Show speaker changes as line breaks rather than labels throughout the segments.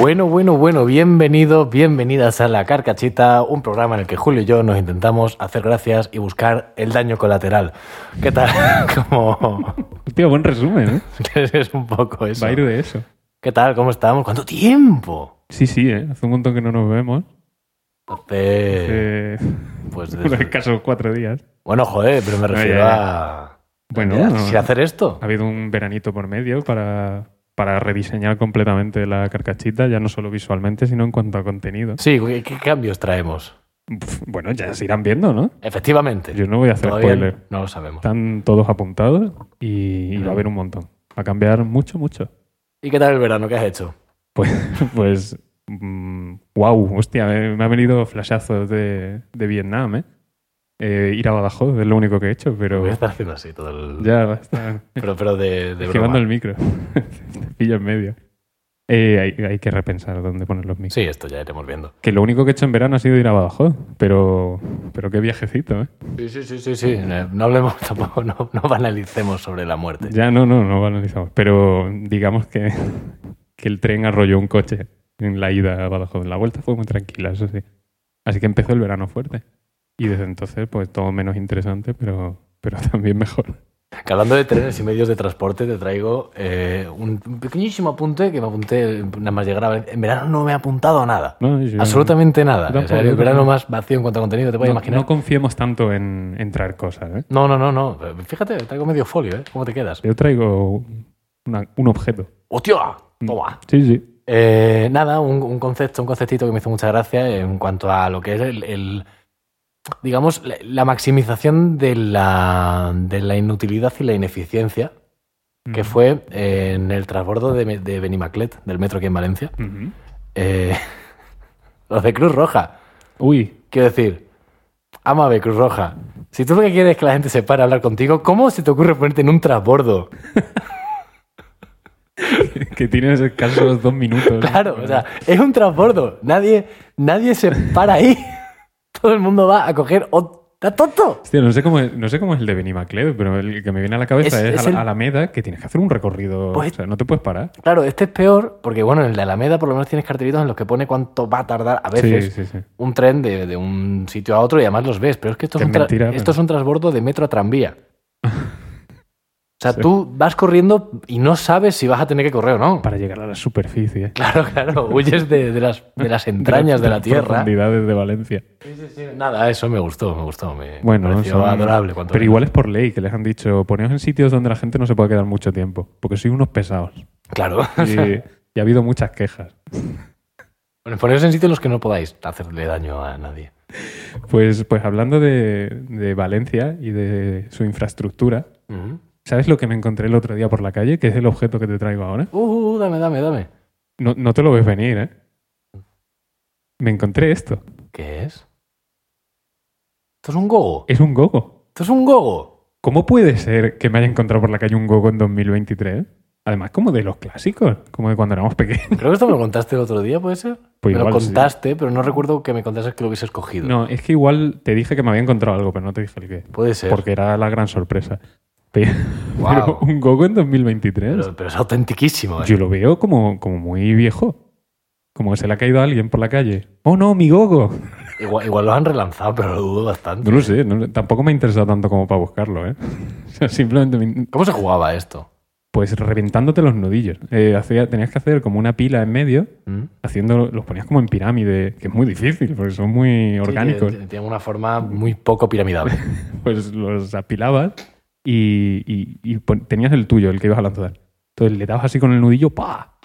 Bueno, bueno, bueno, bienvenidos, bienvenidas a La Carcachita, un programa en el que Julio y yo nos intentamos hacer gracias y buscar el daño colateral. ¿Qué tal? Como
Tío, buen resumen, ¿eh?
es un poco eso.
Va a ir de eso.
¿Qué tal? ¿Cómo estamos? ¿Cuánto tiempo?
Sí, sí, ¿eh? Hace un montón que no nos vemos.
Hace,
Eh,
pues,
por
desde-
acaso cuatro días.
Bueno, joder, pero me refiero
ya,
a...
Bueno,
Mira,
no,
¿Quisiera hacer esto?
ha habido un veranito por medio para, para rediseñar completamente la carcachita, ya no solo visualmente, sino en cuanto a contenido.
Sí, ¿qué, qué cambios traemos?
Pf, Bueno, ya se irán viendo, ¿no?
Efectivamente.
Yo no voy a hacer
Todavía
spoiler.
no lo sabemos.
Están todos apuntados y, y va a haber un montón. Va a cambiar mucho, mucho.
¿Y qué tal el verano? ¿Qué has hecho?
Pues, wow, hostia, me, me ha venido flashazos de, de Vietnam, ¿eh? Eh, Ir a Badajoz es lo único que he hecho, pero
Voy a estar haciendo así todo el...
ya basta.
Pero, pero de, de broma.
Esquivando el micro. Te pillo en medio. Eh, hay, hay que repensar dónde poner los micros.
Sí, esto ya iremos viendo.
Que lo único que he hecho en verano ha sido ir a Badajoz, pero, pero qué viajecito, ¿eh?
Sí, sí, sí, sí, sí. No no hablemos tampoco, no, no banalicemos sobre la muerte.
Ya no, no, no analizamos. Pero digamos que, que el tren arrolló un coche en la ida a Badajoz. La vuelta fue muy tranquila, eso sí. Así que empezó el verano fuerte. Y desde entonces, pues todo menos interesante, pero, pero también mejor.
Que hablando de trenes y medios de transporte, te traigo eh, un un pequeñísimo apunte que me apunté nada más llegar a Valencia. En verano no me he apuntado a nada.
No, yo-
Absolutamente nada.
Mm. Yo
O sea,
tampoco,
el
yo
verano
tampoco.
más vacío en cuanto a contenido, te puedes
no,
imaginar.
no confiemos tanto en, en traer cosas, ¿eh?
No, no, no, no. Fíjate, traigo medio folio, ¿eh? ¿Cómo te quedas?
Yo traigo una- un objeto.
¡Hostia!
Mm.
Toma.
Sí, sí.
Eh, nada, un, un concepto, un conceptito que me hizo mucha gracia en cuanto a lo que es el, el- digamos, la, la maximización de la, de la inutilidad y la ineficiencia, que
Mm.
fue eh, en el transbordo de, de Benimaclet, del metro aquí en Valencia.
Ujú.
Eh, los de Cruz Roja.
Uy,
Quiero decir, amable Cruz Roja, si tú lo que quieres es que la gente se pare a hablar contigo, ¿cómo se te ocurre ponerte en un transbordo?
que tienes escasos dos minutos.
Claro, o sea, es un transbordo. Nadie, nadie se para ahí. Todo el mundo va a coger. ot- ¡Está tonto!
Hostia, no sé cómo es, no sé cómo es el de Benimaclet, pero el que me viene a la cabeza
Es-
es,
es
a,
el-
la Alameda, que tienes que hacer un recorrido.
Pues-
o sea, no te puedes parar.
Claro, este es peor porque, bueno, en el de Alameda por lo menos tienes cartelitos en los que pone cuánto va a tardar a veces
Sí, sí, sí.
un tren de, de un sitio a otro y además los ves. Pero es que esto, es
Qué
un, tra-
mentira,
esto
pero-
es un transbordo de metro a tranvía. O sea,
Sí.
tú vas corriendo y no sabes si vas a tener que correr o no.
Para llegar a la superficie.
Claro, claro, huyes de, de las, de las entrañas de la
las
tierra.
Profundidades de Valencia.
Nada, eso me gustó, me gustó. Me
Bueno,
pareció
son-
adorable. cuanto
Pero
menos.
igual es por ley que les han dicho, poneos en sitios donde la gente no se pueda quedar mucho tiempo, porque sois unos pesados.
Claro.
Y, y ha habido muchas quejas.
Bueno, poneros en sitios en los que no podáis hacerle daño a nadie.
Pues, pues hablando de, de Valencia y de su infraestructura, ¿sabes lo que me encontré el otro día por la calle? Que es el objeto que te traigo ahora.
Uh, dame, dame, dame.
No, no te lo ves venir, ¿eh? Me encontré esto.
¿Qué es? Esto es un gogo.
Es un gogo.
Esto es un gogo.
¿Cómo puede ser que me haya encontrado por la calle un gogo en 2023? Además, como de los clásicos, como de cuando éramos pequeños.
Creo que esto me lo contaste el otro día, ¿puede ser?
Pues
me lo
igual sí.
contaste, pero no recuerdo que me contases que lo hubieses cogido.
No, es que igual te dije que me había encontrado algo, pero no te dije el qué.
Puede ser.
Porque era la gran sorpresa. Pe- Pero,
Guau.
un gogo en 2023.
Pero, pero es autentiquísimo. ¿eh?
Yo lo veo como, como muy viejo. Como que se le ha caído a alguien por la calle. ¡Oh, no, mi gogo!
Igual, igual lo han relanzado, pero lo dudo
No
bastante.
lo sé, no- tampoco me ha interesado tanto como para buscarlo, ¿eh? O sea, simplemente me,
¿Cómo se jugaba esto?
Pues reventándote los nudillos. Eh, hacía- tenías que hacer como una pila en medio,
¿Mm?
haciendo, los ponías como en pirámide, que es muy difícil porque son muy orgánicos.
Sí, tiene- tiene una forma muy poco piramidal.
Pues los apilabas y, y- y pon- tenías el tuyo, el que ibas a lanzar. Entonces le dabas así con el nudillo, ¡pa!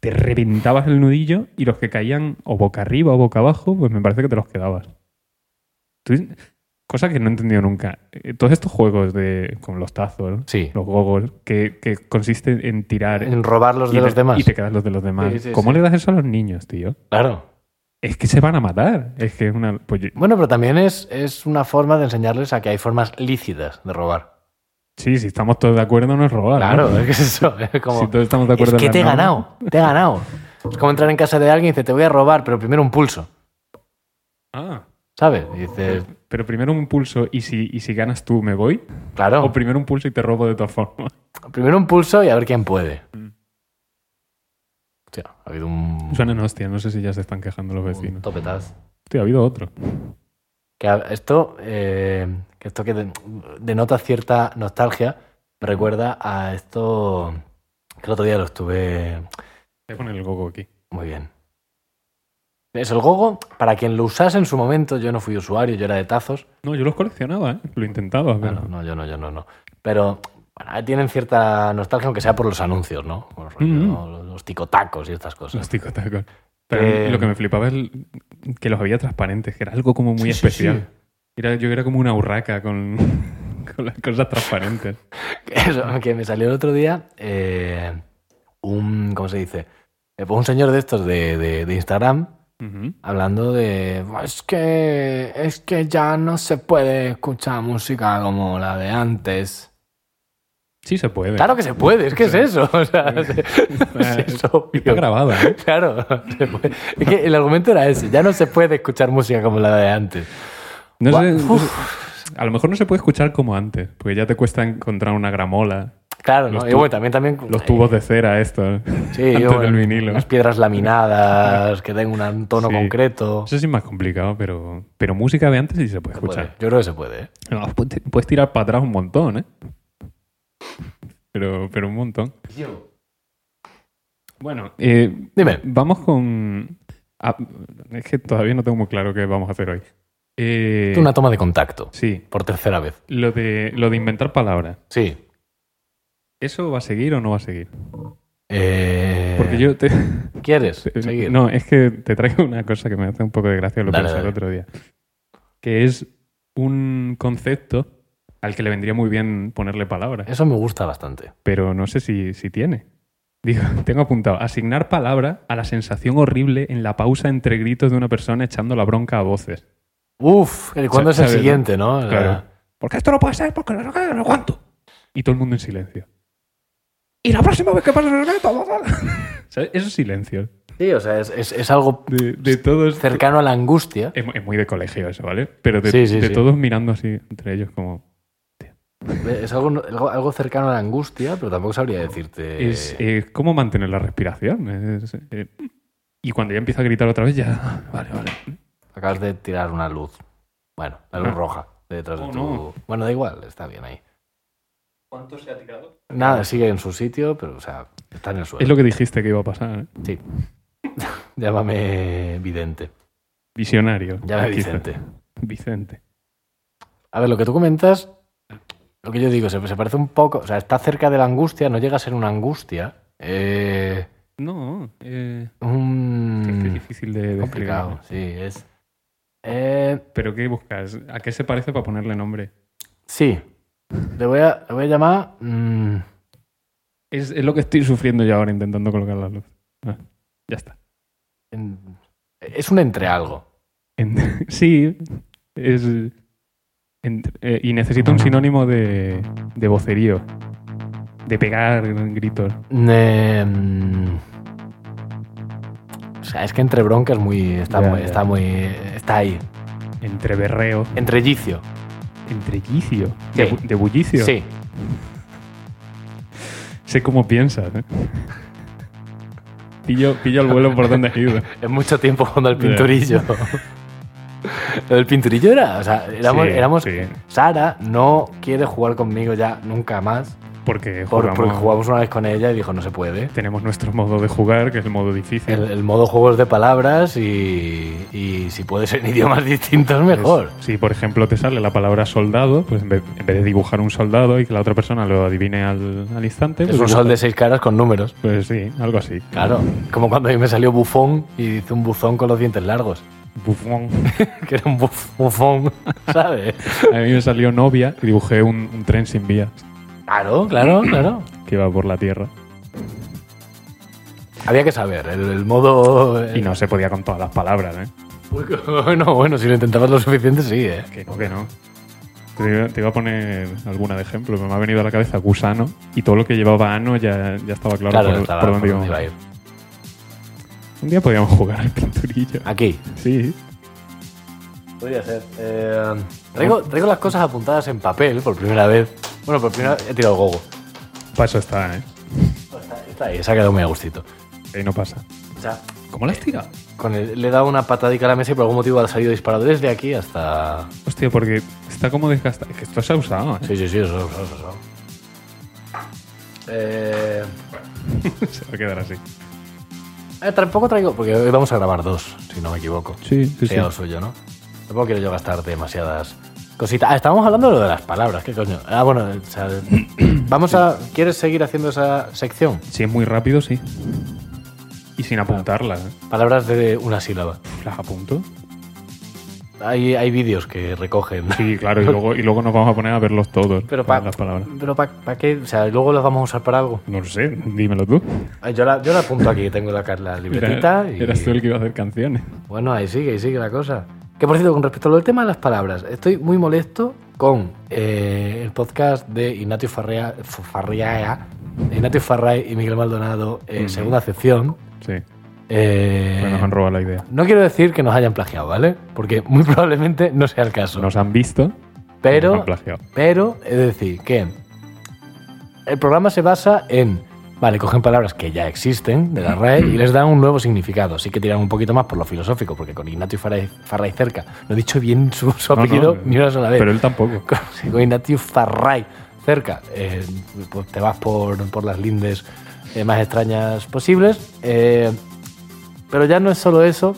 Te reventabas el nudillo y los que caían o boca arriba o boca abajo, pues me parece que te los quedabas. Tú- cosa que no he entendido nunca. Eh, Todos estos juegos de, con los tazos,
Sí.
los gogos, que, que consisten en tirar
En robar los
y
de
te-
los demás.
Y te quedas los de los demás.
Sí, sí,
¿Cómo
sí.
le das eso a los niños, tío?
Claro.
Es que se van a matar. Es que es una. pues yo-
Bueno, pero también es, es una forma de enseñarles a que hay formas lícitas de robar.
sí, si estamos todos de acuerdo, no es robar. ¿no?
Claro, es que es eso. Es como,
Si todos estamos de
es
acuerdo en
que
las
te he
normas.
ganado, te he ganado. Es como entrar en casa de alguien y dice, te voy a robar, pero primero un pulso,
Ah,
¿sabes? Y dices,
pero primero un pulso y si, y si ganas tú, me voy.
claro,
O primero un pulso y te robo de todas formas.
primero un pulso y a ver quién puede. Hostia, ha habido un,
Suenan hostia, no sé si ya se están quejando los
un
vecinos.
topetazo.
Hostia, ha habido otro.
Que a- esto, eh, que esto que de- denota cierta nostalgia, me recuerda a esto que el otro día lo estuve
Voy a poner el gogo aquí.
Muy bien. Es el gogo, para quien lo usase en su momento, yo no fui usuario, yo era de tazos.
No, yo los coleccionaba, ¿eh? lo intentaba,
Ah,
pero
no, no, yo no, yo no, no. Pero bueno, ahí tienen cierta nostalgia, aunque sea por los anuncios, ¿no? Por los rollo,
Mm.
¿no? Los- Los ticotacos y estas cosas.
los ticotacos. Pero
Eh,
lo que me flipaba es el- que los había transparentes, que era algo como muy
Sí, sí,
especial.
sí.
Era, yo era como una urraca con, con las cosas transparentes.
Eso, que me salió el otro día eh, un, ¿cómo se dice? Eh, pues un señor de estos de, de- de Instagram
Ujú.
hablando de... Es que, es que ya no se puede escuchar música como la de antes.
Sí se puede.
Claro que se puede, es que es eso. O sea, se- es eso,
Ah, Está
obvio.
grabada, ¿eh?
Claro, se puede. es que el argumento era ese, ya no se puede escuchar música como la de antes.
No
Gua-
sé, no
Uf.
sé. a lo mejor no se puede escuchar como antes, porque ya te cuesta encontrar una gramola,
Claro,
Los
¿no? Y
tu-
bueno, también, también eh,
los tubos de cera, esto,
sí,
antes
bueno,
del vinilo.
Las piedras laminadas que den un tono
Sí.
concreto.
Eso sí es más complicado, pero, pero música de antes sí se puede
Se puede.
escuchar.
Yo creo que se puede. ¿eh?
No, puedes, puedes tirar para atrás un montón, ¿eh? Pero, pero un montón. Bueno, eh,
Dime,
vamos con... ah, es que todavía no tengo muy claro qué vamos a hacer hoy. Eh,
una toma de contacto
Sí,
por tercera vez.
lo de, lo de inventar palabras.
Sí.
¿Eso va a seguir o no va a seguir?
Eh,
Porque yo te,
¿Quieres
Eh,
seguir?
No, es que te traigo una cosa que me hace un poco de gracia, lo
Dale,
pensé el
dale.
otro día. Que es un concepto al que le vendría muy bien ponerle palabras,
Eso me gusta bastante.
pero no sé si, si tiene. Digo, tengo apuntado, asignar palabra a la sensación horrible en la pausa entre gritos de una persona echando la bronca a voces.
Uf, ¿y ¿cuándo es el
Sabes, ¿no?
siguiente, no? O sea,
Claro. Porque esto no puede ser, porque no, no aguanto. Y todo el mundo en silencio. Y la próxima vez que pase el reto, ¿Sabes? Eso es silencio.
Sí, o sea, es- es- es algo
De, de todos.
cercano a la angustia.
Es, mu- es muy de colegio eso, ¿vale? Pero de,
Sí, sí,
de
sí.
todos mirando así entre ellos como...
Es algo, algo, algo cercano a la angustia, pero tampoco sabría decirte.
Es, eh, ¿Cómo mantener la respiración? Es, eh, y cuando ya empieza a gritar otra vez ya... Vale, vale.
Acabas de tirar una luz. Bueno, la luz
Ah.
roja de detrás
Oh,
de tu.
no.
Bueno, da igual, está bien ahí.
¿Cuánto se ha tirado?
Nada, sigue en su sitio, pero, o sea, está en el
Es
suelo.
lo que dijiste que iba a pasar. ¿eh?
Llámame Vidente.
Visionario.
Llámame
Aquí está.
Vicente.
Vicente.
A ver, lo que tú comentas, lo que yo digo, se, se parece un poco. O sea, está cerca de la angustia, no llega a ser una angustia. Eh,
No, eh,
un-
es que es difícil de, de
Mm. complicado,
explicar.
sí, es. Eh,
Pero ¿qué buscas? ¿A qué se parece para ponerle nombre?
sí. Le voy a, le voy a llamar. mm,
Es, es lo que estoy sufriendo yo ahora intentando colocar la luz. Ah, ya está.
En- Es un entre algo.
En- sí, es. en- eh, y necesito un sinónimo de, de vocerío. De pegar gritos.
Mm, em, o sea, es que entre broncas muy, está,
Ya,
muy,
ya.
está muy. Está ahí.
Entre berreo.
Entrellicio.
Entre quicio. De,
Sí.
bu- de bullicio.
Sí.
Sé cómo piensas. ¿eh? Pillo, pillo el vuelo por donde has ido.
Es mucho tiempo cuando el
Ya.
pinturillo. Lo del pinturillo era. O sea, éramos.
Sí,
éramos-
sí.
Sara no quiere jugar conmigo ya nunca más.
Porque
por-
jugamos,
porque jugamos una vez con ella y dijo, no se puede.
tenemos nuestro modo de jugar, que es el modo difícil.
El, el modo juegos de palabras y, y si puede ser en idiomas distintos, mejor.
Pues, si, por ejemplo, te sale la palabra soldado, pues en vez, en vez de dibujar un soldado y que la otra persona lo adivine al, al instante.
Es
pues
un
dibuja-
sol de seis caras con números.
Pues sí, algo así.
Claro, como cuando a mí me salió bufón y hice un buzón con los dientes largos.
Bufón.
Que era un buf- bufón, ¿sabes?
A mí me salió novia y dibujé un, un tren sin vías
Claro, claro, claro.
que iba por la tierra.
Había que saber, el, el modo...
Y no se podía con todas las palabras, ¿eh?
Bueno, bueno, si lo intentabas lo suficiente, sí, ¿eh?
Que no, que no. Te iba, te iba a poner alguna de ejemplo, pero me ha venido a la cabeza gusano y todo lo que llevaba ano ya, ya estaba claro,
Claro,
por,
estaba
por
por
dónde
dónde
íbamos.
iba a ir.
Un día podíamos jugar al pinturillo.
Aquí.
Sí.
Podría ser. eh, traigo, traigo las cosas apuntadas en papel por primera vez. Bueno, por primera vez he tirado el gogo.
Paso está, ¿eh?
Está ahí, se ha quedado muy a gustito.
y no pasa.
O sea,
¿Cómo las tira?
con el- le he dado una patadica a la mesa y por algún motivo ha salido disparado desde aquí hasta.
Hostia, porque está como desgastado. Es que esto se ha usado, ¿eh?
Sí, sí, sí, eso, eso, eso, eso. Eh,
se va a quedar así.
eh, tampoco traigo. Porque hoy vamos a grabar dos, si no me equivoco.
Sí, sí,
Sería lo suyo, ¿no? Tampoco quiero yo gastar demasiadas cositas. Ah, estábamos hablando de lo de las palabras, ¿qué coño? Ah, bueno, o sea, vamos a. ¿Quieres seguir haciendo esa sección?
Si es muy rápido, sí. Y sin apuntarlas, ¿eh?
Palabras de una sílaba.
¿Las apunto?
Hay, hay vídeos que recogen.
Sí, claro, y luego, y luego nos vamos a poner a verlos todos.
Pero
con
para
las palabras.
Pero para qué, o sea, luego las vamos a usar para algo.
No lo sé, dímelo tú.
Ay, Yo la, yo la apunto aquí, tengo la, la libretita. y,
Eras tú el que iba a hacer canciones.
Bueno, ahí sigue, ahí sigue la cosa. Que por cierto, con respecto al tema de las palabras, estoy muy molesto con eh, el podcast de Ignacio Farrea, F- Farriaga, Ignacio Farray y Miguel Maldonado, eh, segunda sección.
Sí,
Eh,
pues nos han robado la idea.
no quiero decir que nos hayan plagiado, ¿vale? Porque muy probablemente no sea el caso.
Nos han visto, nos
pero,
han plagiado.
pero es decir que el programa se basa en, vale, cogen palabras que ya existen de la RAE y les dan un nuevo significado. Sí que tiran un poquito más por lo filosófico, porque con Ignacio Farray, Farray cerca, no he dicho bien su, su
No, no,
apellido ni una sola vez.
Pero él tampoco.
Con, con Ignacio Farray cerca, eh, pues te vas por, por las lindes eh, más extrañas posibles. eh, pero ya no es solo eso,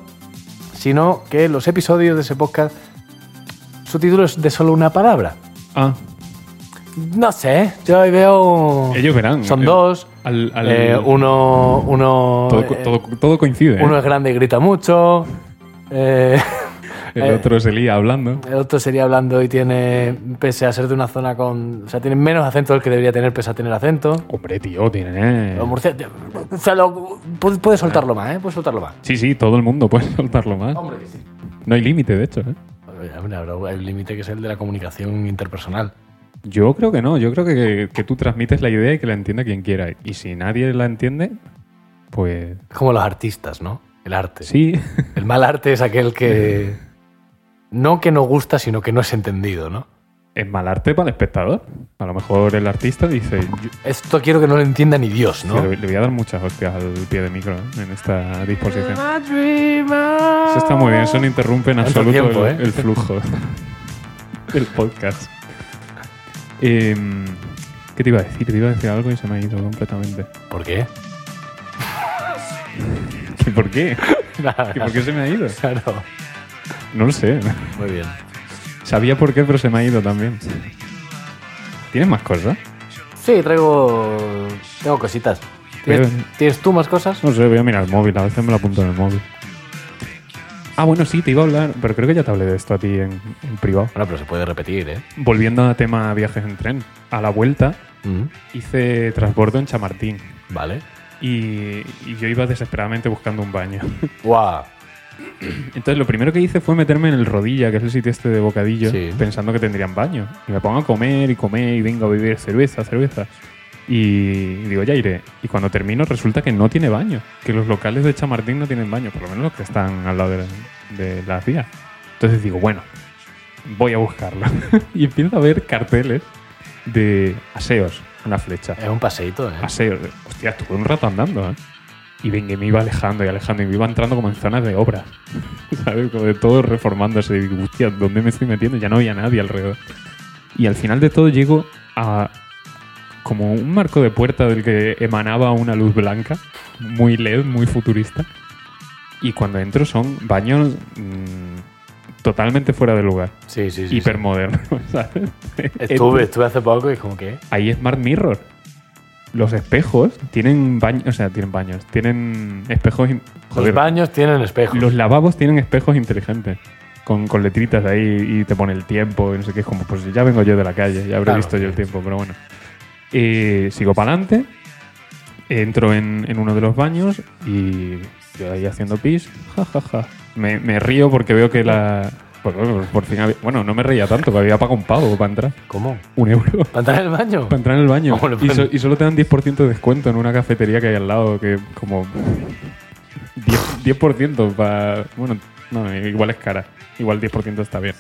sino que los episodios de ese podcast, su título es de solo una palabra.
Ah,
No sé, yo ahí veo.
ellos verán.
Son
Eh,
dos.
Al, al-
eh, uno. Uno.
todo,
eh,
todo- todo coincide. ¿eh?
Uno es grande y grita mucho. eh,
El otro es Elía hablando.
el otro sería hablando y tiene. Pese a ser de una zona con. O sea, tiene menos acento del que debería tener, pese a tener acento.
Hombre, tío, tiene.
Los murcia- o sea, lo- puede, puede soltarlo más, ¿eh? Puede soltarlo más.
Sí, sí, todo el mundo puede soltarlo más.
Hombre, que sí.
No hay límite, de hecho. ¿eh?
Habrá el límite que es el de la comunicación interpersonal.
Yo creo que no. Yo creo que, que tú transmites la idea y que la entienda quien quiera. Y si nadie la entiende, pues
Es como los artistas, ¿no? El arte.
sí.
El mal arte es aquel que. No que no gusta, sino que no es entendido, ¿no?
Es mal arte para el espectador. A lo mejor el artista dice, yo-
Esto quiero que no lo entienda ni Dios, ¿no?
le le voy a dar muchas hostias al pie de micro ¿eh? en esta disposición.
Ah.
Eso
Eso
está muy bien, eso no interrumpe en
Tanto
absoluto
tiempo,
el,
¿eh?
el flujo del podcast. Em, ¿Qué te iba a decir? Te iba a decir algo y se me ha ido completamente.
¿Por qué?
¿Y por qué? ¿Y por qué se me ha ido?
Claro.
No lo sé.
Muy bien.
Sabía por qué, pero se me ha ido también. ¿Tienes más cosas?
Sí, traigo. Tengo cositas. ¿Tienes,
Pero-
tienes tú más cosas?
No sé, voy a mirar el móvil, a veces me lo apunto en el móvil. Ah, bueno, sí, te iba a hablar, pero creo que ya te hablé de esto a ti en, en privado.
Bueno, pero se puede repetir, ¿eh?
Volviendo a tema viajes en tren, a la vuelta
Mm,
hice transbordo en Chamartín
Vale.
y, y yo iba desesperadamente buscando un baño.
¡Guau!
Entonces lo primero que hice fue meterme en el Rodilla, que es el sitio este de bocadillo,
Sí.
pensando que tendrían baño. Y me pongo a comer y comer y vengo a beber cerveza, cerveza. Y digo, ya iré. Y cuando termino resulta que no tiene baño, que los locales de Chamartín no tienen baño, por lo menos los que están al lado de, la- de las vías. Entonces digo, bueno, voy a buscarlo. y empiezo a ver carteles de aseos, una flecha
Es un paseíto, ¿eh?
paseo. Hostia, estuve un rato andando, ¿eh? Y venga, y me iba alejando y alejando y me iba entrando como en zonas de obra. ¿Sabes? Como de todo reformándose. Y digo, hostia, ¿dónde me estoy metiendo? Ya no había nadie alrededor. Y al final de todo llego a como un marco de puerta del que emanaba una luz blanca, muy LED, muy futurista. Y cuando entro son baños mm, totalmente fuera de lugar,
Sí, sí, sí.
hipermodernos, ¿sabes?
Estuve, estuve hace poco y es como que.
hay smart mirror. Los espejos tienen baños, o sea, tienen baños, tienen espejos. in-
Los
Joder,
baños tienen espejos.
los lavabos tienen espejos inteligentes. Con, con letritas ahí y te pone el tiempo y no sé qué. Es como, pues ya vengo yo de la calle, ya habré
Claro.
visto yo el tiempo, pero bueno. Eh, sigo para adelante, entro en, en uno de los baños y yo ahí haciendo pis, ja, ja, ja. Me, me río porque veo que la... Por, por- por fin había- Bueno, no me reía tanto, que había pagado un pavo para entrar.
¿Cómo?
Un euro.
¿Para entrar en el baño?
Para entrar en el baño.
Hombre,
Y,
bueno.
so- y solo te dan 10% de descuento en una cafetería que hay al lado, que como 10%, 10% para... Bueno, no, igual es cara. Igual 10% está bien.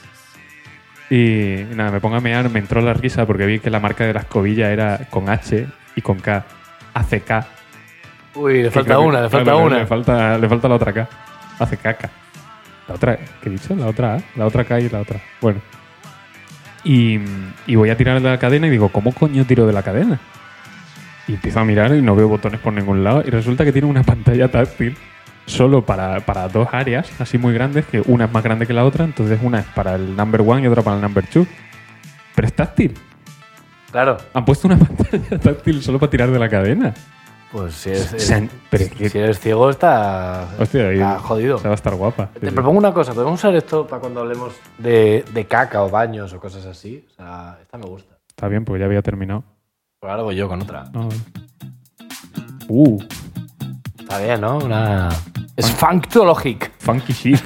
Y nada, me pongo a mear, me entró la risa porque vi que la marca de la escobilla era con H y con K. ACK.
Uy, le falta
Creo que-
una, le
claro,
falta
le-
una.
Le falta, le falta la otra K. Hace caca. La otra, ¿qué he dicho? La otra A, la otra K y la otra. Bueno. Y, y voy a tirar de la cadena y digo, ¿cómo coño tiro de la cadena? Y empiezo a mirar y no veo botones por ningún lado. Y resulta que tiene una pantalla táctil solo para, para dos áreas así muy grandes, que una es más grande que la otra, entonces una es para el number one y otra para el number two. Pero es táctil.
Claro.
Han puesto una pantalla táctil solo para tirar de la cadena.
Pues si eres,
O sea,
eres-
pero es que-
si eres ciego está,
Hostia, ahí-
está Ah, jodido.
O sea, va a estar guapa. Sí,
Te
sí.
propongo una cosa, podemos usar esto para cuando hablemos de, de caca o baños o cosas así. O sea, esta me gusta.
Está bien, porque ya había terminado.
Pero ahora voy yo con otra.
No. Uh,
Está bien, ¿no? Una. Es Funktologic.
funky shit.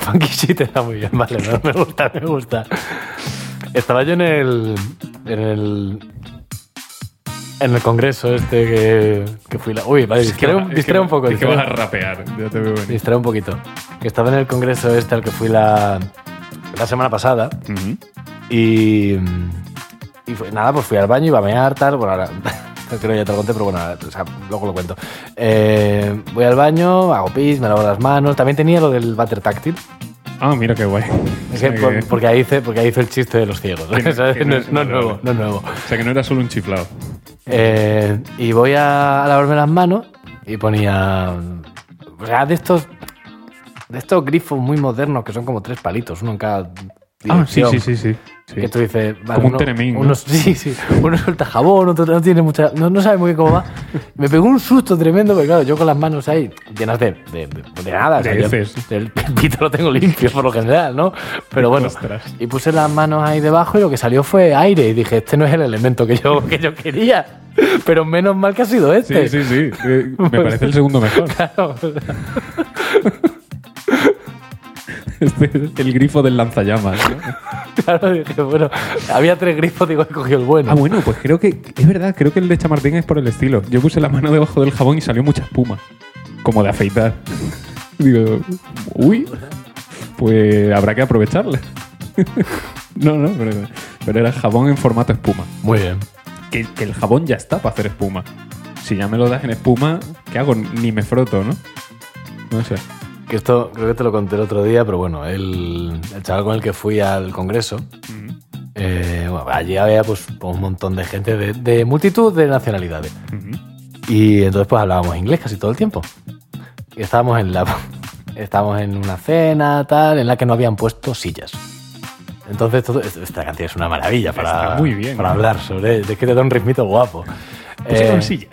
Funky shit está muy bien, vale, no, me gusta, me gusta. Estaba yo en el. En el. En el congreso este que, que fui la. Uy, vale, distrae, un- distrae un poco.
Es que
distrae-
vas a rapear. Ya te veo venir.
distrae un poquito. Que estaba en el congreso este al que fui la, la semana pasada
Ujú.
y, y fue- nada, pues fui al baño, iba a mear, tal, bueno, ahora creo que ya te lo conté, pero bueno, ahora, o sea, luego lo cuento. Eh, voy al baño, hago pis, me lavo las manos, también tenía lo del váter táctil,
Ah, mira qué guay.
es que
O sea
por-
que-
porque, ahí hice, porque ahí hice el chiste de los ciegos,
Que no-
¿sabes?
que
No,
no es-
es- no es
vale,
nuevo,
vale.
no es nuevo.
O sea, que no era solo un chiflado.
Eh, y voy a, a lavarme las manos y ponía. O sea, de estos. De estos grifos muy modernos que son como tres palitos, uno en cada.
Ah, sí,
dirección,
sí, sí, sí. sí.
Que tú dices. vale,
Como un
uno-
Telemín, ¿no?
uno- Sí, sí. Uno suelta jabón, otro no tiene mucha. No, no sabe muy bien cómo va. Me pegó un susto tremendo, porque claro, yo con las manos ahí llenas de. de, de- de nada. o sea,
De
yo-
heces.
el pito lo tengo limpio por lo general, ¿no? Pero bueno.
Ostras.
Y puse las manos ahí debajo y lo que salió fue aire. Y dije, este no es el elemento que yo, que yo quería. Pero menos mal que ha sido este.
Sí, sí, sí. Eh, Me parece el segundo mejor.
Claro.
Este es el grifo del lanzallamas. ¿no?
Claro, dije, bueno, había tres grifos, digo, he cogido el bueno.
Ah, bueno, pues creo que. Es verdad, creo que el de Chamartín es por el estilo. Yo puse la mano debajo del jabón y salió mucha espuma. Como de afeitar. Digo, uy, pues habrá que aprovecharla. no, no, pero, pero era jabón en formato espuma.
Muy bien.
Que, que el jabón ya está para hacer espuma. Si ya me lo das en espuma, ¿qué hago? Ni me froto, ¿no? No sé.
Que esto creo que te lo conté el otro día, pero bueno, el, el chaval con el que fui al congreso, eh, bueno, allí había pues un montón de gente de, de multitud de nacionalidades.
Ujú.
Y entonces pues hablábamos inglés casi todo el tiempo. Y estábamos en la estábamos en una cena tal en la que no habían puesto sillas. Entonces todo- esto- esta canción es una maravilla para,
Está muy bien,
para
¿no? Pues
hablar sobre es que te da un ritmito guapo.
Pusieron
Eh,
sillas.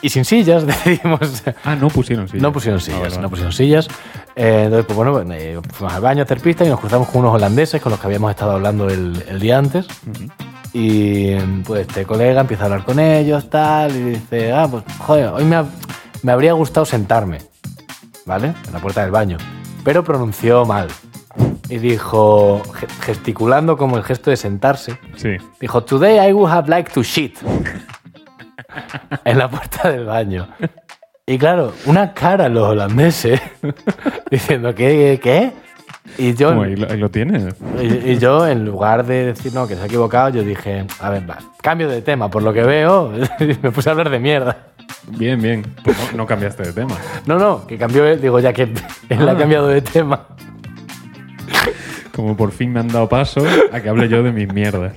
y sin sillas decidimos
Ah, no pusieron sillas.
no pusieron
Ah,
sillas,
vale, vale.
no pusieron sillas. Eh, entonces, pues bueno, bueno, eh, fuimos al baño a hacer pista y nos cruzamos con unos holandeses con los que habíamos estado hablando el, el día antes. Y pues este colega empieza a hablar con ellos, tal, y dice, ah, pues joder, hoy me, ha- me habría gustado sentarme, ¿vale? En la puerta del baño. Pero pronunció mal. Y dijo, ge- gesticulando como el gesto de sentarse,
Sí.
Dijo, Today I would have liked to shit. en la puerta del baño. Y claro, una cara los holandeses diciendo, ¿qué? ¿Qué? Y yo,
Bueno, ahí lo, ahí lo tienes.
y, y yo, en lugar de decir, no, que se ha equivocado, yo dije, a ver, va, cambio de tema, por lo que veo, y me puse a hablar de mierda.
Bien, bien. Pues no- no cambiaste de tema.
No, no, que cambió él, digo, ya que él
Ah.
ha cambiado de tema.
Como por fin me han dado paso a que hable yo de mis mierdas.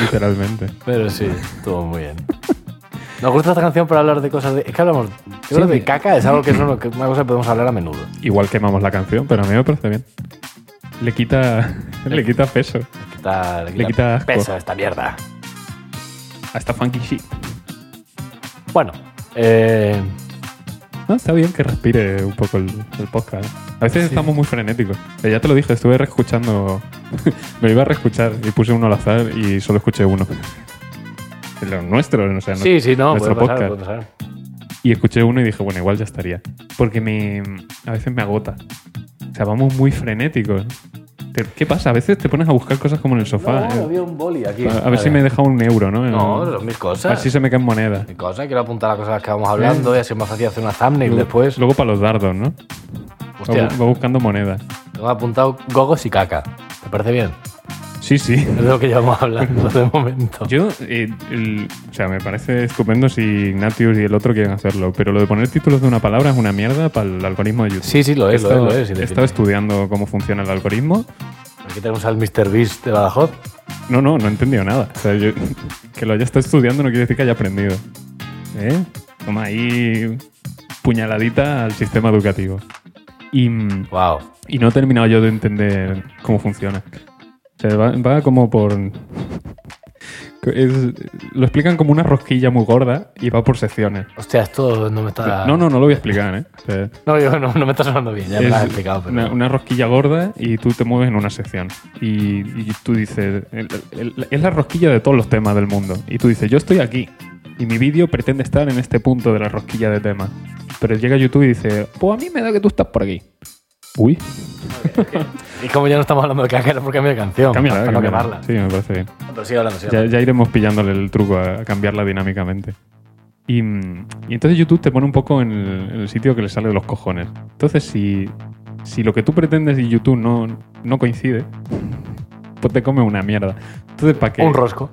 Literalmente.
Pero sí, estuvo muy bien. Nos gusta esta canción para hablar de cosas de... Es que hablamos... Yo creo que de caca es algo que es una que- una cosa que podemos hablar a menudo.
Igual quemamos la canción, pero a mí me parece bien. Le quita, le quita peso
quita- le
Le quita
quita
asco.
peso a esta mierda.
a esta funky shit.
Bueno, eh,
No, está bien que respire un poco el, el podcast. ¿eh? A veces
Sí.
estamos muy frenéticos. Eh, Ya te lo dije, estuve reescuchando. me iba a reescuchar y puse uno al azar y solo escuché uno. Lo nuestro, o sea,
sí, sí, no, puede
nuestro
pasar,
podcast.
puede pasar.
Y escuché uno y dije, bueno, igual ya estaría. Porque me, a veces me agota. O sea, vamos muy frenéticos. Te- ¿Qué pasa? A veces te pones a buscar cosas como en el sofá.
No,
¿eh?
había un boli aquí.
a, a ver si me he dejado un euro, ¿no?
No, son mis cosas.
Así se me caen monedas.
Mis cosas, quiero apuntar las cosas que vamos hablando y así es más fácil hacer una thumbnail después.
Luego para los dardos, ¿no? Va,
Hostia,
bu- va buscando monedas.
tengo apuntado gogos y caca. ¿Te parece bien?
Sí, sí.
Es de lo que llevamos hablando de momento.
Yo, eh, el- o sea, me parece estupendo si Ignatius y el otro quieren hacerlo, pero lo de poner títulos de una palabra es una mierda para el algoritmo de YouTube.
Sí, sí, lo
He
es, lo es,
estado-
lo es.
he estado estudiando cómo funciona el algoritmo.
Aquí tenemos al Mr. Beast de Badajoz.
No, no, no he entendido nada. O sea, yo- que lo haya estado estudiando no quiere decir que haya aprendido. ¿Eh? Toma ahí puñaladita al sistema educativo. Y, mm,
Wow.
y no he terminado yo de entender cómo funciona. O sea, va, va como por... es- lo explican como una rosquilla muy gorda y va por secciones.
Hostia, esto no me está.
No, no, no lo voy a explicar, ¿eh? O sea,
No, yo no, no me está sonando bien, ya me
es
lo has explicado, pero.
una, una rosquilla gorda y tú te mueves en una sección. Y, y tú dices, el- el- es la rosquilla de todos los temas del mundo. Y tú dices, yo estoy aquí. Y mi vídeo pretende estar en este punto de la rosquilla de temas. Pero llega YouTube y dice, pues a mí me da que tú estás por aquí. Uy,
Y como ya no estamos hablando de caca, era por cambiar de canción.
cámbiala,
para no quemarla.
cámbiala. eh, Sí, me parece bien.
Pero sigue hablando, sigue
Ya,
hablando.
ya iremos pillándole el truco a, a cambiarla dinámicamente. Y, mm, y entonces YouTube te pone un poco en el, en el sitio que le sale de los cojones. Entonces, si, si lo que tú pretendes y YouTube no, no coincide, pues te come una mierda. Entonces, ¿para qué?
Un rosco.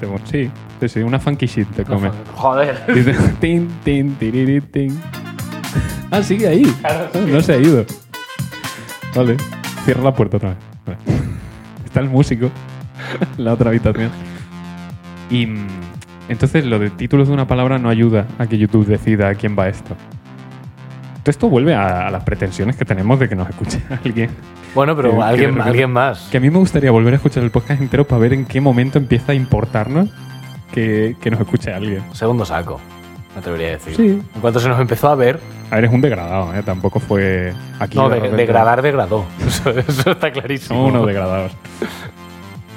Te- sí, sí, sí, una funky shit te come.
Joder.
Dice, tin, tin, tiriri, tin. Ah, sigue ahí. no se ha ido. Vale. Cierra la puerta otra vez. Vale. Está el músico en la otra habitación. Y mm, entonces lo de títulos de una palabra no ayuda a que YouTube decida a quién va esto. Entonces esto vuelve a, a las pretensiones que tenemos de que nos escuche alguien.
Bueno, pero
Que- que de
alguien,
repente-
alguien más.
Que a mí me gustaría volver a escuchar el podcast entero para ver en qué momento empieza a importarnos que, que nos escuche alguien.
Segundo saco, me atrevería a decir.
Sí.
En cuanto se nos empezó a ver,
A ver, es un degradado, ¿eh? Tampoco fue aquí.
no,
de
de-
repente.
degradar degradó. Eso, eso está clarísimo.
Somos unos degradados.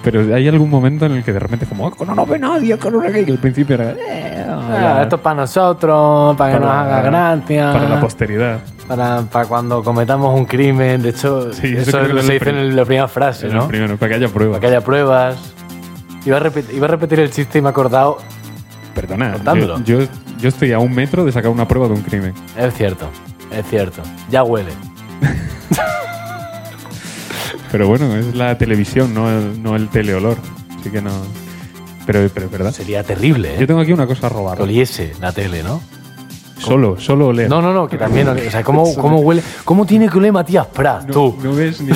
Pero hay algún momento en el que de repente es como, "Ah, no nos ve nadie, que no sé qué", y que al principio era, "Eh,
Ah,
hola".
esto es para nosotros, para que nos
Para-
haga gracia,
para la posteridad.
para, para cuando cometamos un crimen. De hecho,
Sí, eso
eso,
creo que era
se
el
dice
prim-
en la primera frase,
Era
¿no?
el primero, para que haya
Para
pruebas.
que haya pruebas. Iba a, repet- iba a repetir el chiste y me he acordado,
Perdona,
Contándolo.
yo, yo, yo estoy a un metro de sacar una prueba de un crimen.
es cierto, es cierto, ya huele.
Pero bueno, es la televisión, no el, no el teleolor. Así que no... Pero, pero es verdad.
Sería terrible,
Yo
¿eh?
tengo aquí una cosa a
Que
robar.
oliese la tele, ¿no?
Solo, solo oler.
No, no, no, que también. O sea, ¿cómo, cómo huele? ¿Cómo tiene que oler Matías Prat,
No-
tú?
no ves ni...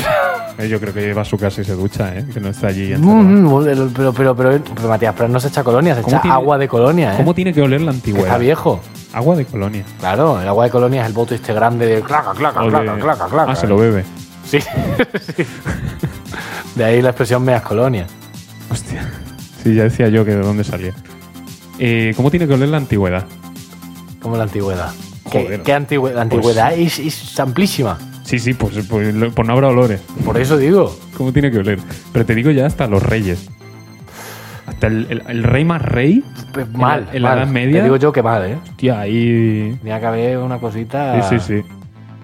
Eh, Yo creo que va a su casa y se ducha, ¿eh? Que no está allí encerrado.
Mm, mm, el- pero, pero, pero, pero Matías Prat no se echa colonia, se
¿Cómo
echa
tiene-
agua de colonia, ¿eh?
¿Cómo tiene que oler la
Que
antigüedad?
está viejo.
Agua de colonia.
Claro, el agua de colonia es el bote este grande de claca, claca,
O de-
claca, claca, claca.
Ah, se lo bebe.
Sí. Sí. De ahí la expresión meas colonia.
Hostia. Sí, ya decía yo que de dónde salía. Eh, ¿Cómo tiene que oler la antigüedad?
Como la antigüedad.
Joder. Pues
¿Qué, qué antigüe- la antigüedad es, es amplísima.
Sí, sí, pues, pues, lo- pues no habrá olores.
Por eso digo.
¿Cómo tiene que oler? Pero te digo ya hasta los reyes. Hasta el, el- el rey más rey.
pues, mal.
en la
mal.
Edad Media?
Te digo yo que mal, ¿eh?
Hostia, ahí.
Tenía que haber una cosita.
Sí, sí, sí.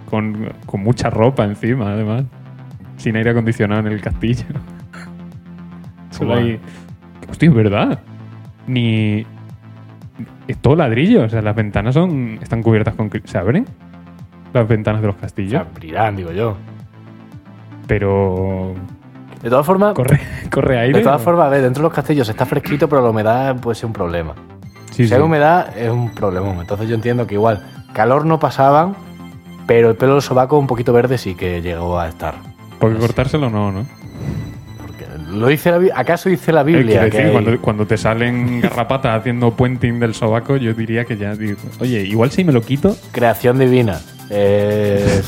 Con, con mucha ropa encima, además. Sin aire acondicionado en el castillo. Solo
Guau.
hay. Hostia, es verdad. Ni. Es todo ladrillo. O sea, las ventanas son están cubiertas con. cri- ¿Se abren? Las ventanas de los
Se
castillos.
abrirán, digo yo.
Pero.
De todas formas,
Corre, corre aire.
De todas
¿no?
formas, a ver, dentro de los castillos está fresquito, pero la humedad puede ser un problema.
Sí,
si
sí.
hay humedad, es un problema. Entonces yo entiendo que igual calor no pasaban, pero el pelo del sobaco un poquito verde sí que llegó a estar.
Porque cortárselo no, ¿no?
Porque lo dice la Bi- ¿Acaso dice la
Eh,
Biblia?
quiero
que
decir,
hay-
cuando, cuando te salen garrapatas haciendo puenting del sobaco, yo diría que ya. digo, Oye, igual si me lo quito,
Creación divina. Eh,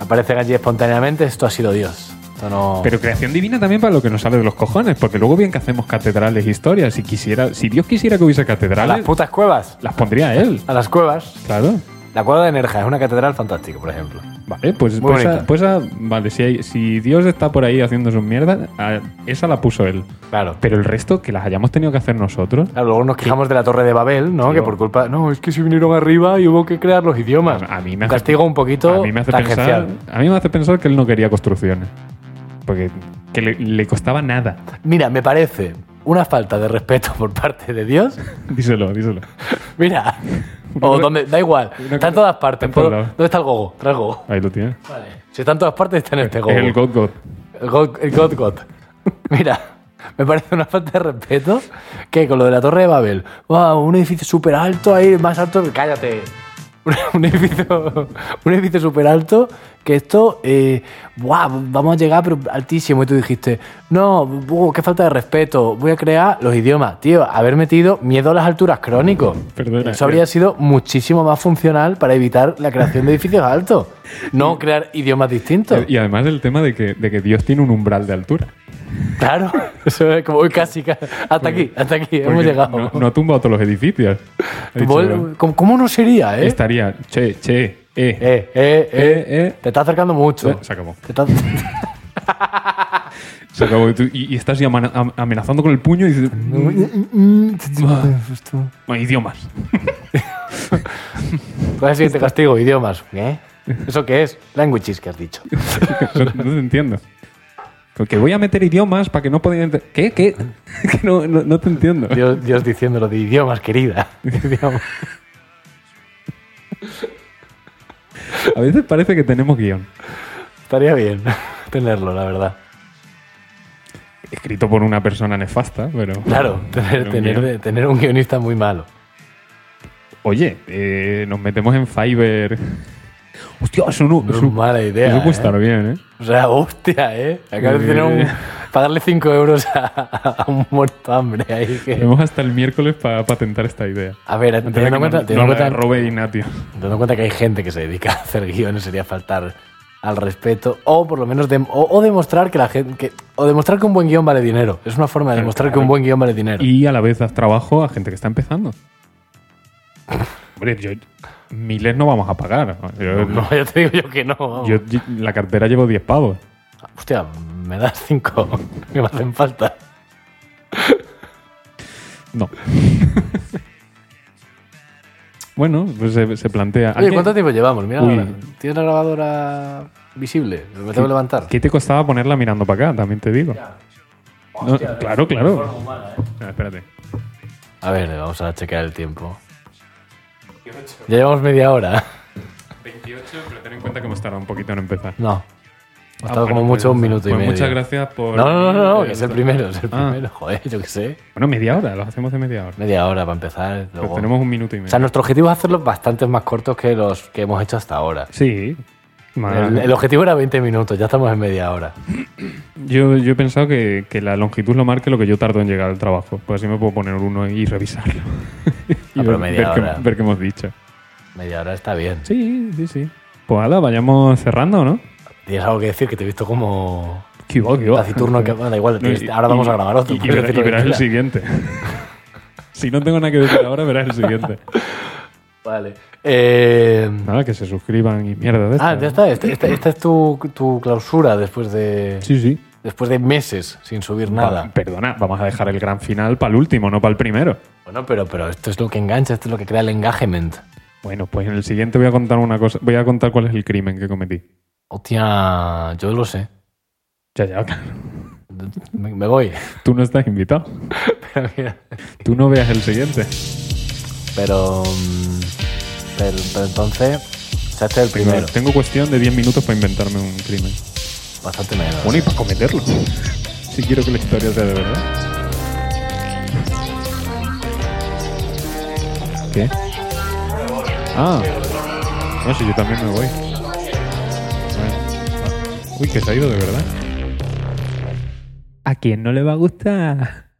aparecen allí espontáneamente, esto ha sido Dios. Esto no...
Pero creación divina también para lo que nos sale de los cojones, porque luego bien que hacemos catedrales e historias. Si quisiera, si Dios quisiera que hubiese
a las
catedrales, las,
putas cuevas.
pondría a él.
A las cuevas.
Claro.
La cueva de Nerja es una catedral fantástica, por ejemplo.
Vale, pues,
Muy
pues,
bonita.
a- pues a- vale, si, hay- si Dios está por ahí haciendo sus mierdas, a- esa la puso él.
Claro.
Pero el resto que las hayamos tenido que hacer nosotros,
Claro, luego nos quejamos de la Torre de Babel, ¿no? Que por culpa. No, es que se vinieron arriba y hubo que crear los idiomas.
a mí me
Un
hace,
castigo un poquito
a mí me hace pensar,
tangencial.
a mí me hace pensar que él no quería construcciones, porque que le, le costaba nada.
Mira, me parece una falta de respeto por parte de Dios.
Díselo, díselo.
Mira. O
cosa-
donde. Da igual.
una
Está en
cosa-
todas partes.
en todos
Puedo-
lados.
¿Dónde está el gogo? Trae el gogo.
Ahí lo tienes.
Si está en todas partes, está en este gogo.
El God God.
God, God, God. Mira, me parece una falta de respeto que con lo de la Torre de Babel. Wow, un edificio súper alto ahí, más alto. Cállate. Un, un edificio un edificio súper alto que esto eh, wow, vamos a llegar pero altísimo y tú dijiste no wow, qué falta de respeto voy a crear los idiomas tío haber metido miedo a las alturas crónico
Perdona,
eso habría sido muchísimo más funcional para evitar la creación de edificios altos no crear idiomas distintos
Y además el tema de que, de que Dios tiene un umbral de altura.
Claro, eso es como uy, casi, ca- hasta aquí, hasta aquí, hemos
Porque
llegado.
No, no ha tumbado todos los edificios. Ha dicho,
Vol- ¿Cómo, cómo no sería, eh?
Estaría, che, che, eh.
Eh, eh, eh,
Eh, eh.
Te está acercando
Eh,
mucho.
Se acabó.
Te está-
Se acabó. Y, tú- y- y estás ya amana- am- amenazando con el puño y dices, "Mm,
eh, mm, este
ah". "Bueno, idiomas.
¿Cuál es el siguiente castigo? Idiomas. ¿Eh? ¿Eso qué es? Languages que has dicho.
no, no te entiendo. Como Que voy a meter idiomas para que no puedan... ent- ¿Qué? ¿Qué? Que no, no- no te entiendo.
Dios, Dios diciéndolo de idiomas, querida. Idiomas.
A veces parece que tenemos guión.
Estaría bien tenerlo, la verdad.
Escrito por una persona nefasta, pero...
Claro,
pero
tener,
un
tener,
guión.
de- tener un guionista muy malo.
Oye, eh, nos metemos en Fiverr. Hostia, eso no...
No es
eso-
mala idea.
eso
¿eh?
puede Pues estar bien, ¿eh?
O sea, hostia, ¿eh? Acabas de tener un.
Eh.
Pagarle 5 euros a, a un muerto hambre ahí que.
Tenemos hasta el miércoles para patentar esta idea.
A ver,
Antes de
teniendo en
que
cuenta,
nos-
teniendo
nos
en
la
cuenta-
robe Ignacio.
teniendo en cuenta que hay gente que se dedica a hacer guiones, sería faltar al respeto o por lo menos dem- o, o demostrar que la gente que- o demostrar que un buen guión vale dinero es una forma de
Claro,
demostrar que
claro.
un buen guión vale dinero
Y a la vez das trabajo a gente que está empezando. Hombre, yo... Miles no vamos a pagar. Yo-
no ya te digo yo que no vamos.
Yo ll- la cartera llevo 10 pavos.
hostia me das cinco que me hacen falta
No. bueno, pues se, se plantea. ¿a
oye
qué-
cuánto tiempo llevamos mira
Uy.
ahora. tienes la grabadora visible me tengo que levantar
¿Qué te costaba ponerla mirando para acá? También te digo. No, claro, claro. Ah, espérate.
a ver vamos a chequear el tiempo ya llevamos media hora
28, pero ten en cuenta que hemos tardado un poquito en empezar.
no ha
Ah,
estado
bueno,
como
pues-
mucho un minuto y
pues
medio
Muchas gracias por.
no, no, no, no,
eh,
que es el primero, es el
Ah.
primero. Joder, yo qué sé.
Bueno, media hora, los hacemos de media hora.
Media hora para empezar.
Pero
Luego.
Pues tenemos un minuto y
O
medio.
sea, nuestro objetivo es hacerlos bastantes más cortos que los que hemos hecho hasta ahora.
Sí. eh. Ma-
El, el objetivo era 20 minutos, ya estamos en media hora.
Yo, yo he pensado que, que la longitud lo marque lo que yo tardo en llegar al trabajo. Pues así me puedo poner uno y revisarlo. y
Ah, pero
ver-
media
ver, qué-
hora.
ver qué hemos dicho.
Media hora está bien.
Sí, sí, sí. Pues nada, vayamos cerrando, ¿no?
Tienes algo que decir que te he visto como
Que va, que va.
taciturno. Que, bueno, da igual,
No, y-
tienes- ahora vamos
y-
a grabar otro.
Y, y
puedes
verás-
decir lo
y
que
verás el
quieras.
siguiente. si no tengo nada que decir ahora, verás el siguiente.
Vale. Eh,
Nada, que se suscriban y mierda de
ah,
estas,
ya
¿no?
está. Esta este, este es tu, tu clausura después de,
Sí, sí.
después de meses sin subir nada.
Va- perdona, vamos a dejar el gran final para el último, no para el primero.
Bueno, pero, pero esto es lo que engancha, esto es lo que crea el engagement.
Bueno, pues en el siguiente voy a contar una cosa. Voy a contar cuál es el crimen que cometí.
Hostia, yo lo sé.
Ya, ya, claro.
Me, me voy.
Tú no estás invitado.
Pero mira.
Tú no veas el siguiente.
Pero, mm, pero, pero entonces, o sea, este es el primero.
Tengo cuestión de 10 minutos para inventarme un crimen.
Bastante menos.
Bueno, y para cometerlo. Si quiero que la historia sea de verdad. ¿Qué? Ah. No, si yo también me voy. ah. Bueno. Uy, que se ha ido de verdad. ¿A quién no le va a gustar?